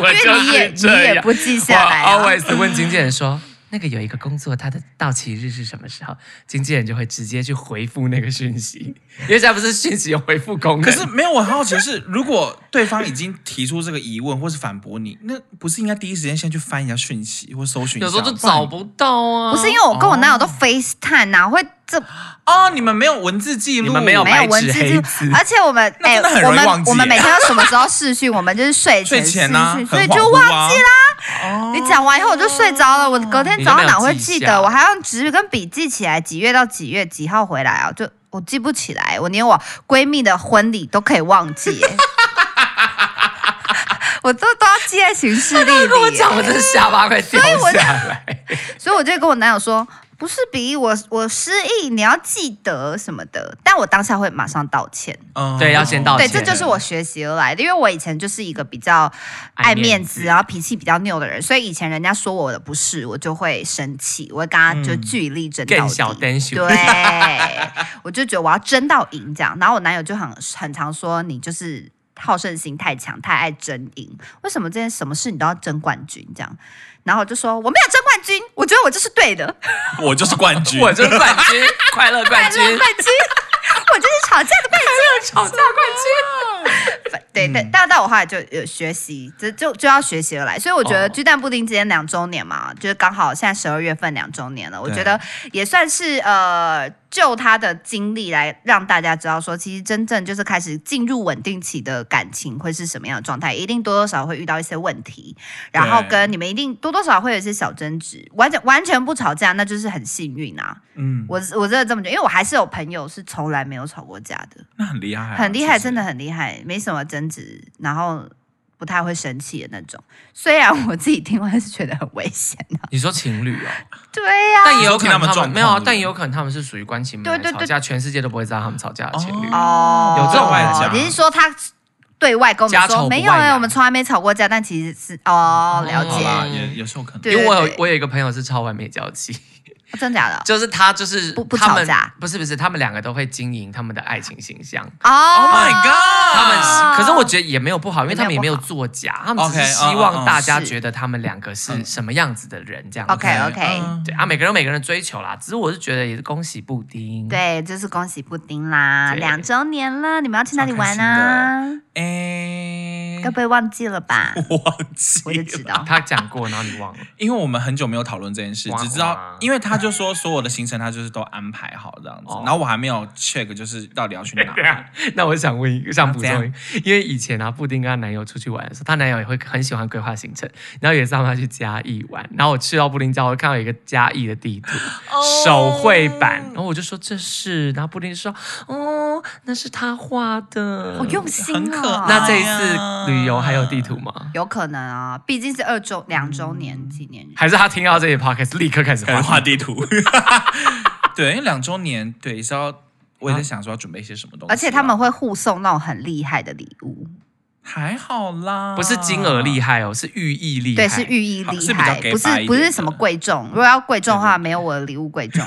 我因为你 也就是你这也样不记下来、我啊。 always 问经纪人说。那个有一个工作，它的到期日是什么时候？经纪人就会直接去回复那个讯息，因为现在不是讯息有回复功能。可是没有，我很好奇的是，如果对方已经提出这个疑问或是反驳你，那不是应该第一时间先去翻一下讯息或搜寻一下？有时候就找不到啊。不是因为我跟我男友都 FaceTime 啊，会这哦，你们没有文字记录，你们没有没白有纸文字黑记录字，而且我们哎那真的很我容易忘们记我们耶每天要什么时候视讯？我们就是睡睡前视呢、讯，所以很就恍惚忘啊记啦。你讲完以后我就睡着了，我隔天早上哪会记你都没有记下得？我还要纸跟笔记起来，几月到几月几号回来啊？就我记不起来，我连我闺蜜的婚礼都可以忘 记耶，我都都要记在行事 历跟我里耶。讲，我真的下巴快掉我就下来。所以我就跟我男友说，不是比我我失忆，你要记得什么的。但我当下会马上道歉。嗯对要先道对，歉这就是我学习而哦来的，因为我以前就是一个比较爱面子，然后脾气比较拗的人，所以以前人家说我的不是，我就会生气，我会跟他就据理争到更底。小灯熊对， 我就觉得我要争到赢这样。然后我男友就很很常说你就是好胜心太强，太爱争赢，为什么这件什么事你都要争冠军这样？然后我就说我没有争冠军，我觉得我就是对 的，我就是冠军， 我就是冠军，快乐冠快乐军冠，军， 我就是吵架的 冠军。吵架冠军。对，但但但我后来就有学习，就就就要学习而来，所以我觉得哦鸡蛋布丁今天两周年嘛，就是刚好现在十二月份两周年了，我对觉得也算是呃，就他的经历来让大家知道说，其实真正就是开始进入稳定期的感情会是什么样的状态，一定多多少少会遇到一些问题，然后对跟你们一定多多少少会有一些小争执，完全完全不吵架，那就是很幸运啊，嗯，我我真的这么觉得，因为我还是有朋友是从来没有吵过架的。那很厉害啊、哎很厉害，其实真的。很厉害，没什么争执，然后不太会生气的那种。虽然我自己听完是觉得很危险的，你说情侣哦，对呀、但也有可就是听他能们他状们况没有啊对，不对但也有可能他们是属于关起门来对对对吵架，全世界都不会知道他们吵架的情侣。哦有这种外讲你是说他对外跟我家们丑说不没有外哎、扬我们从来没吵过架，但其实是哦，了好解，啦，嗯也有时候可能。对因为我有我有一个朋友是超完美娇妻，哦真假的就是他就是不不他吵们架不是不是，他们两个都会经营他们的爱情形象。哦、 Oh my god！他们啊是可是我觉得也没有不好，因为他们也也没没有有不好作假，他们只 OK，是希嗯嗯嗯望大家是觉得他们两个是嗯什么样子的人这样子。 OK OK，、嗯对啊，每个人有每个人的追求啦，只是我是觉得也是恭喜布丁。对，就是恭喜布丁啦，对两周年了，你们要去哪里玩啊？哎、该不会忘记 了吧？ 我忘记我就知了道，他讲过，然后你忘了。因为我们很久没有讨论这件事，哇只知道哇，因为他就说所有的行程他就是都安排好这样子，哦然后我还没有 check 就是到底要去哪。对啊，那我想问一个，想补充啊一怎个，因为以前啊，布丁跟她男友出去玩的时候，她男友也会很喜欢规划行程，然后有一次他们要去嘉义玩，然后我去到布丁家，我看到有一个嘉义的地图、哦手绘版，然后我就说这是，然后布丁就说哦，那是他画的，好用心很可哦爱。那这一次旅游还有地图吗？有可能啊，毕竟是二周两周嗯年纪念日。哦还是他听到这些 podcast 立刻开始开始画画地地图。 对，因为两周年，对，也是要，我也在想说要准备一些什么东西啊、而且他们会互送那种很厉害的礼物，还好啦，图？不是金额厉害哦，是寓意厉害，对，是寓意厉害好是比较，给白一不是点不是的什么贵重。如果要贵重的话，没有我的礼物贵重。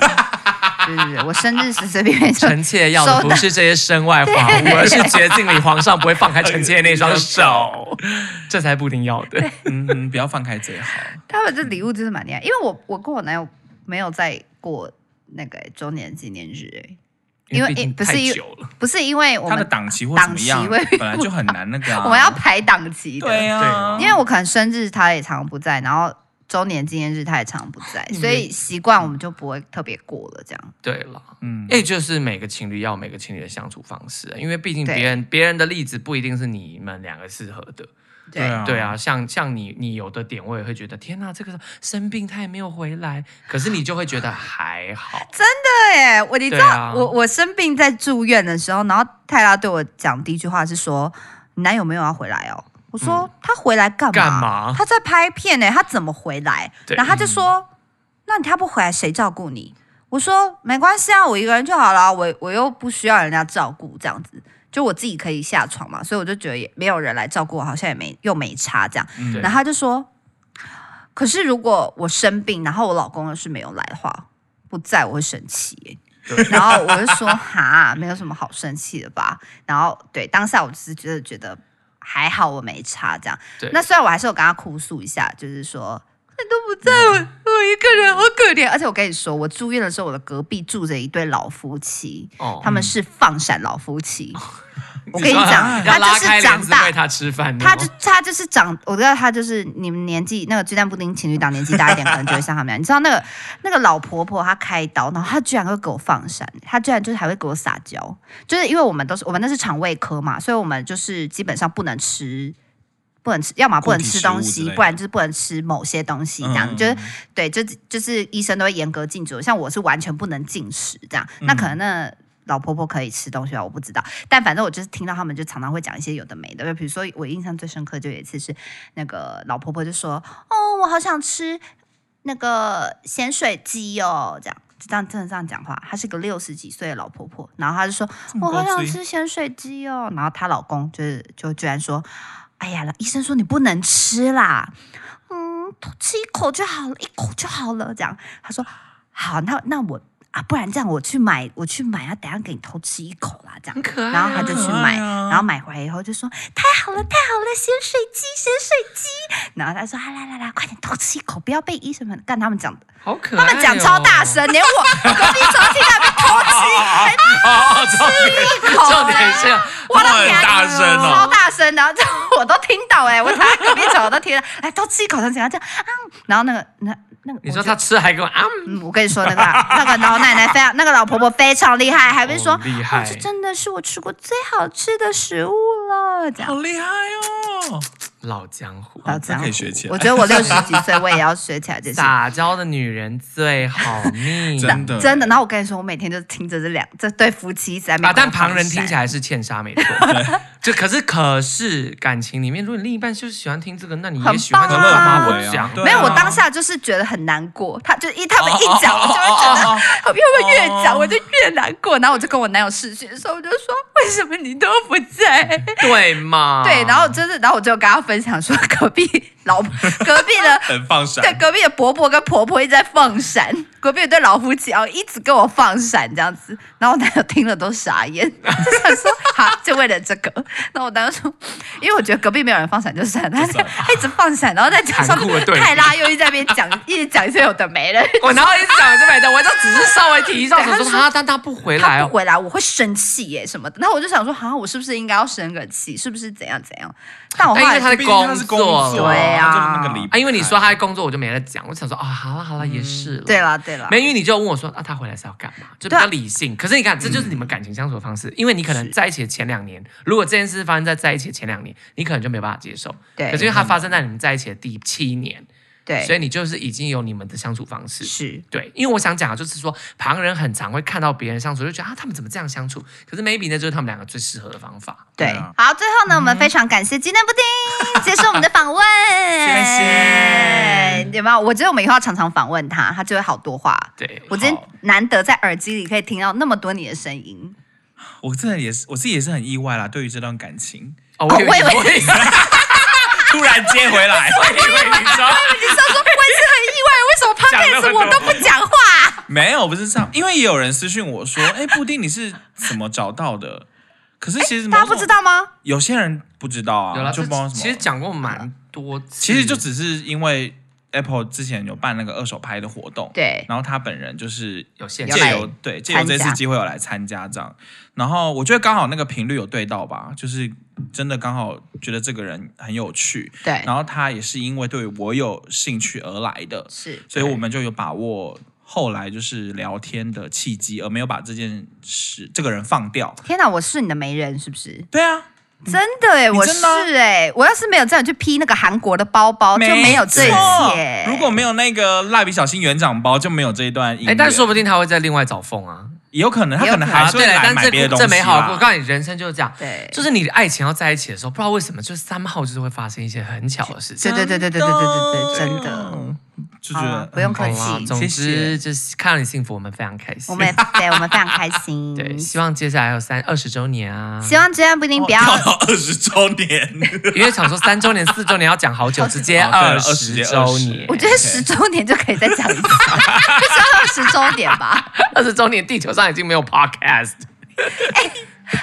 对对对，我生日随随 便便就臣妾要的收不是这些身外华物，而是绝境里皇上不会放开臣妾的那双手， 这才布丁要的。嗯哼，不要放开最好。他们这嗯礼物就是蛮厉害，因为我我跟我男友没有在过那个周年纪念日、欸因为毕竟不是太因久了，不是因为我他的们档期或怎么样，档期会本来就 很难那个、啊。我们要排档期的，对呀、对啊啊，因为我可能生日他也常不在，然后周年纪念日太长不在，你们所以习惯我们就不会特别过了这样。对了，嗯，也就是每个情侣要有每个情侣的相处方式，啊因为毕竟别人别人的例子不一定是你们两个适合的。对啊，对啊，像像你你有的点我也会觉得天哪，这个生病他也没有回来，可是你就会觉得还 好。对耶，我你知道、对啊我我生病在住院的时候，然后泰拉对我讲第一句话是说：“你男友没有要回来哦？”我说：“他回来干嗯嘛？干嘛嗯他在拍片呢，他怎么回来？”对然后他就说：“那你他不回来，谁照顾你？”我说：“没关系啊，我一个人就好了，我我又不需要人家照顾，这样子就我自己可以下床嘛，所以我就觉得也没有人来照顾我，好像也没又没差这样。”嗯对然后他就说：“可是如果我生病，然后我老公要是没有来的话，不在我会生气耶。”对然后我就说：“哈，没有什么好生气的吧？”然后对当下我只是觉得觉得还好我没差这样。对那虽然我还是有跟他哭诉一下，就是说。他都不在我，我一个人好可怜。而且我跟你说，我住院的时候，我的隔壁住着一对老夫妻，哦他们是放闪老 夫妻。我跟你说啊 讲，要他拉就开是帘长子大喂他吃饭的哦，他就他就是长，我知道他就是你们年纪那个鸡蛋布丁情侣档年纪大一点，可能就会像他们那样。你知道那个那个老婆婆她开刀，然后她居然会给我放闪，她居然就是还会给我撒娇，就是因为我们都是我们那是肠胃科嘛，所以我们就是基本上不能吃。不能吃，要么不能吃东固体食物之类西，的不然就是不能吃某些东西，这样、嗯就是对，就就是医生都会严格禁止我。像我是完全不能进食这样，那可能那老婆婆可以吃东西吧，我不知道。但反正我就是听到他们就常常会讲一些有的没的，就比如说我印象最深刻就有一次是那个老婆婆就说：“哦，我好想吃那个咸水鸡哦。”这样。就这样真的这样讲话，她是个六十几岁的老婆婆，然后她就说：“这嗯么我好高想追吃咸水鸡哦。”然后她老公就是就居然说：“哎呀，医生说你不能吃啦，嗯，吃一口就好了，一口就好了。”这样，她说：“好，那那我啊，不然这样我去买，我去买啊，等一下给你偷吃一口啦。”这样很，可爱啊。然后他就去买，哎呀然后买回来以后就说太好了，太好了，咸水鸡，咸水鸡。然后他说啊，来来来，快点偷吃一口，不要被医生们干他们讲的，好可爱他哦，们讲超大声，连我隔壁床听到被偷吃哦，重点一 口、重点欸。是 我都他们给很大声哦超大声，然后就我都听到哎、我躺在隔壁床我都听到，哎，偷吃一口，他讲这样啊，然后那个那那个，你我说觉他得吃还跟我啊，嗯，我跟你说，那个 那个老奶奶非常，那个老婆婆非常厉害，还会说，哦厉害哦这真的是我吃过最好吃的食物了。这样，好厉害哦！老江湖，然后这样这可以学起来我觉得我六十几岁，我也要学起来这些。撒娇的女人最好命真的真的，然后我跟你说，我每天就听着这两这对夫妻一直在那边啊！但跟我放旁人听闪起来是欠杀没错， 就可是可是感情里面，如果你另一半就是喜欢听这个，那你也很喜欢棒干啊嘛何乐不不为讲啊？对没有，我啊当下就是觉得很难过。他就一他们一讲，哦我就会觉得哦哦哦哦会不会越讲哦我就越难过。然后我就跟我男友视讯的时候，我就说为什么你都不在？对嘛？对，然后就是，然后我就跟他分享说，隔壁老隔壁的很放闪对，隔壁的伯伯跟婆婆一直在放闪，隔壁有对老夫妻哦一直跟我放闪这样子，然后我男友听了都傻眼，就想说哈，就为了这个。那我男友说，因为我觉得隔壁没有人放闪就算了，他就算了他一直放闪，然后再加上残酷的对比泰拉又一直在那边讲，一直讲一些有的没的。我然后一直讲这没的，我就只是稍微提一下对他手说说他，但他不回来他不哦。回来，我会生气耶什么的。然后我就想说，好、像我是不是应该要生个气？是不是怎样怎样？但我后哎但因为来他的毕竟他是工作作，哎对啊他就是那个礼拜啊，因为你说他在工作，我就没在讲。我想说啊，好了好了，也是了。嗯对啦对啦，没，因为你就问我说，啊，他回来是要干嘛？就比对较啊理性。可是你看，这嗯就是你们感情相处的方式。因为你可能在一起的前两年，如果这件事发生在在一起的前两年，你可能就没办法接受。对可是因为它发生在你们在一起的第七年，对，所以你就是已经有你们的相处方式。是对，因为我想讲的就是说，旁人很常会看到别人相处，就觉得啊，他们怎么这样相处？可是 maybe 那就是他们两个最适合的方法。对。对啊好，最后呢，我们非常感谢鸡蛋布丁接受我们的访问，谢谢有没有？我觉得我们以后要常常访问他，他就会好多话。对，我今天好难得在耳机里可以听到那么多你的 声音，我真的也是，我自己也是很意外啦，对于这段感情，哦，哦我以我为以为我以为突然接回 来，我以为你说你说说，我也是很意外，为什么 p 讲 o 那 d 我么多都不讲话、没有，不是这样，因为也有人私讯我 说，哎，布丁你是怎么找到的？可是其实哎大家某种不知，道吗？有些人不知道有啊，了，就这不知道什么。其实讲过蛮多次，其实就只是因为 Apple 之前有办那个二手拍的活动，对然后他本人就是有限有制来借由对借由参这次加机会有来参加这样，然后我觉得刚好那个频率有对到吧，就是真的刚好觉得这个人很有趣，对，然后他也是因为对我有兴趣而来的，是所以我们就有把握后来就是聊天的契机，而没有把这件事这个人放掉。天哪，我是你的媒人是不是？对啊，真的哎，你我真的啊是哎，我要是没有这样去批那个韩国的包包，哦就没有这一错切。如果没有那个蜡笔小新园长包，就没有这一段音乐。哎，但说不定他会再另外找缝啊。也有可能，他可能还啊，是会对了，来但买别的这东西啊这没好过。我啦。告诉你，人生就是这样。对就是你爱情要在一起的时候，不知道为什么，就是三号就是会发生一些很巧的事情对。对对对对对对对，真的。嗯，就觉好得了，不用嗯客好啦气，啊总谢谢之就是看到你幸福，我们非常开心。我们也对我们非常开 心。对，希望接下来还有三二十周年啊，希望这样不一定不要哦跳到二十周年，因为想说三周年、四周年要讲好久，直接哦对了20十接周年。我觉得十周年就可以再讲一次， 就是要十周年吧，二十周年，地球上已经没有 podcast。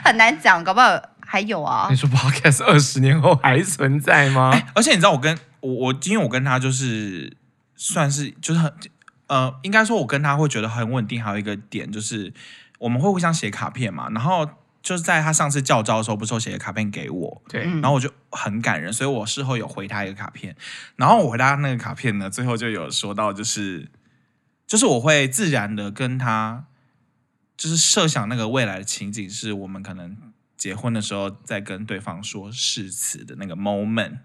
很难讲，搞不好还有啊你。说 podcast 二十年后还存在吗？哎哎而且你知道我跟我我因为我跟他就是算是就是很呃，应该说我跟他会觉得很稳定。还有一个点就是我们会互相写卡片嘛，然后就是在他上次叫招的时候，不是有写个卡片给我，对，嗯然后我就很感人，所以我事后有回他一个卡片，然后我回他那个卡片呢，最后就有说到，就是就是我会自然的跟他，就是设想那个未来的情景，是我们可能结婚的时候再跟对方说誓词的那个 moment，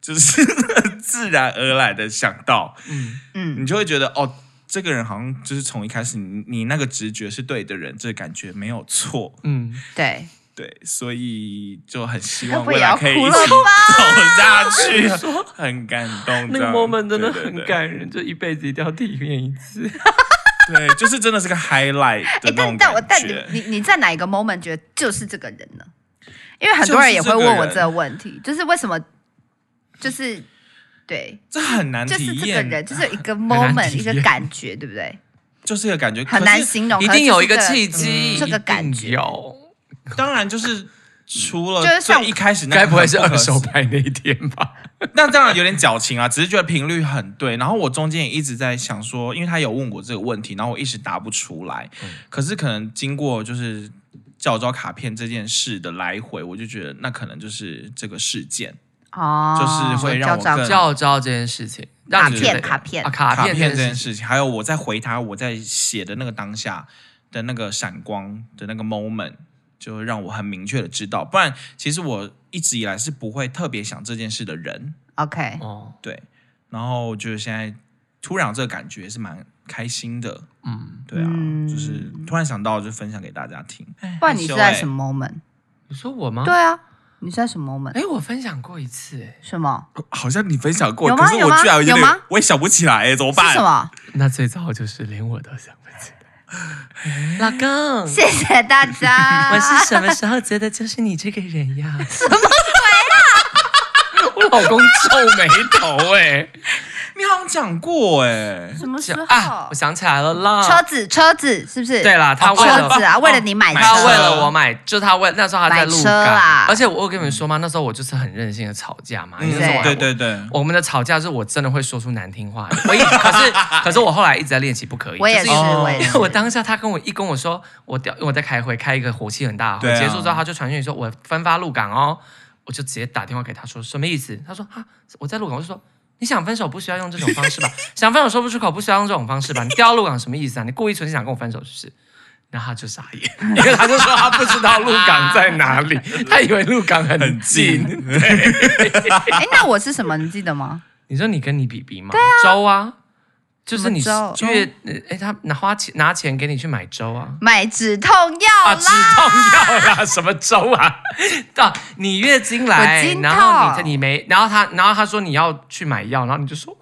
就是 自然而然的想到，嗯，嗯，你就会觉得哦。这个人好像就是从一开始你你那个直觉是对的人，这个感觉没有错，嗯，对，对，所以就很希望不也未来要可以哭一了起走下 去，很感动。那这个样 moment 真对的对很对感人，就一辈子一定要体验一次。对，就是真的是个 highlight 的哎，那但种但我感但你觉。你你在哪一个 moment 觉得就是这个人呢？因为很多人也会问我这个问题，就是为什么，就是对，这很难就是体这个人，验，就是有一个难 moment 体一验个感觉，对不对？就是一个感觉很可难是形容，一可是定有一个就是这契机，嗯这个感一定觉。有，当然就是除了就是像最一开始那个该不会是很二可手思拍那一天吧？那当然有点矫情啊，只是觉得频率很对。然后我中间也一直在想说，因为他有问我这个问题，然后我一时答不出来。嗯可是可能经过就是教招卡片这件事的来回，我就觉得那可能就是这个事件。哦，就是会让我叫更教招这件事情，卡让你觉片得卡片啊，卡片片这这件件事情。事情，还有我在回他，我在写的那个当下的那个闪光的那个 moment，就让我很明确的知道，不然其实我一直以来是不会特别想这件事的人， OK，哦，对。然后我觉得现在突然有这个感觉是蛮开心的，嗯，对啊，嗯就是突然想到就分享给大家听。不然你是欸在什么？么 moment？你说我吗？对，啊，你是在什么 moment？哎，我分享过一次，哎，什么？好像你分享过，有吗可是有我吗居然点有吗我也想不起来、哎怎么是办？什么？那最早就是连我都想不起来。老公，谢谢大家。 我是什么时候觉得就是你这个人呀？ 什么鬼 啊？我老公皱眉头，哎，你好像讲过哎、什么时这候？啊，我想起来了啦，车子，车子是不是？对啦，他哦为了车子啊，为了你买车，买他车为了我买，就他为那时候他在路买车啦感，而且我有跟你们说嘛，那时候我就是很任性的吵架嘛，因为那时嗯，候我对对对，我们的吵架是我真的会说出难听话的，我一可是可是我后来一直在练习不可以，我也是，就是因为哦我也因是。为 我当下他跟我一跟我说我掉我在开会，开一个火气很大的会，对啊结束之后他就传讯息说我分发入港哦，我就直接打电话给他说什么意思？他说哈我在入港，我就说。你想分手不需要用这种方式吧？想分手说不出口不需要用这种方式吧？你掉到鹿港什么意思啊？你故意存心想跟我分手是不是？然后他就傻眼，因为他就说他不知道鹿港在哪里，他以为鹿港很近。哎，那我是什么？你记得吗？你说你跟你比比吗？粥啊，就是你什么粥月哎，他拿花钱拿钱给你去买粥啊。买止痛药啊，止啦。痛药啦，什么粥 啊？啊，你月经来我经，痛然后你你没，然后他，然后他说你要去买药，然后你就说哇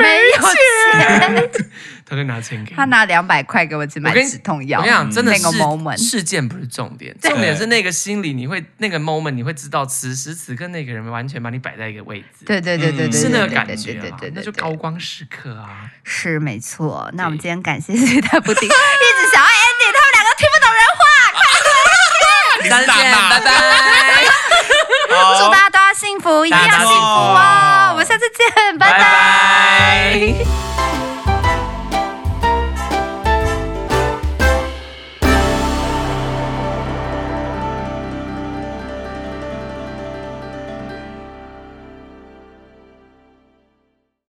没有钱， 没钱，他就拿钱给你他。拿两百块给我去买我跟你止痛我药。嗯跟你讲，真的那个是 moment，事件不是重点，重点是那个心理，你会那个 moment，你会知道此时此刻那个人完全把你摆在一个位置，对对对对对，嗯对是那个对感对觉对啊对对，，那就对高光时刻啊。是没错。那我们对今天感谢 谢大布丁，一直想要 Andy，他们两个听不懂人话，快再见，啊拜拜。好哦祝大家都要幸福，一定要大家幸福幸福哦！我们下次见，拜拜拜。拜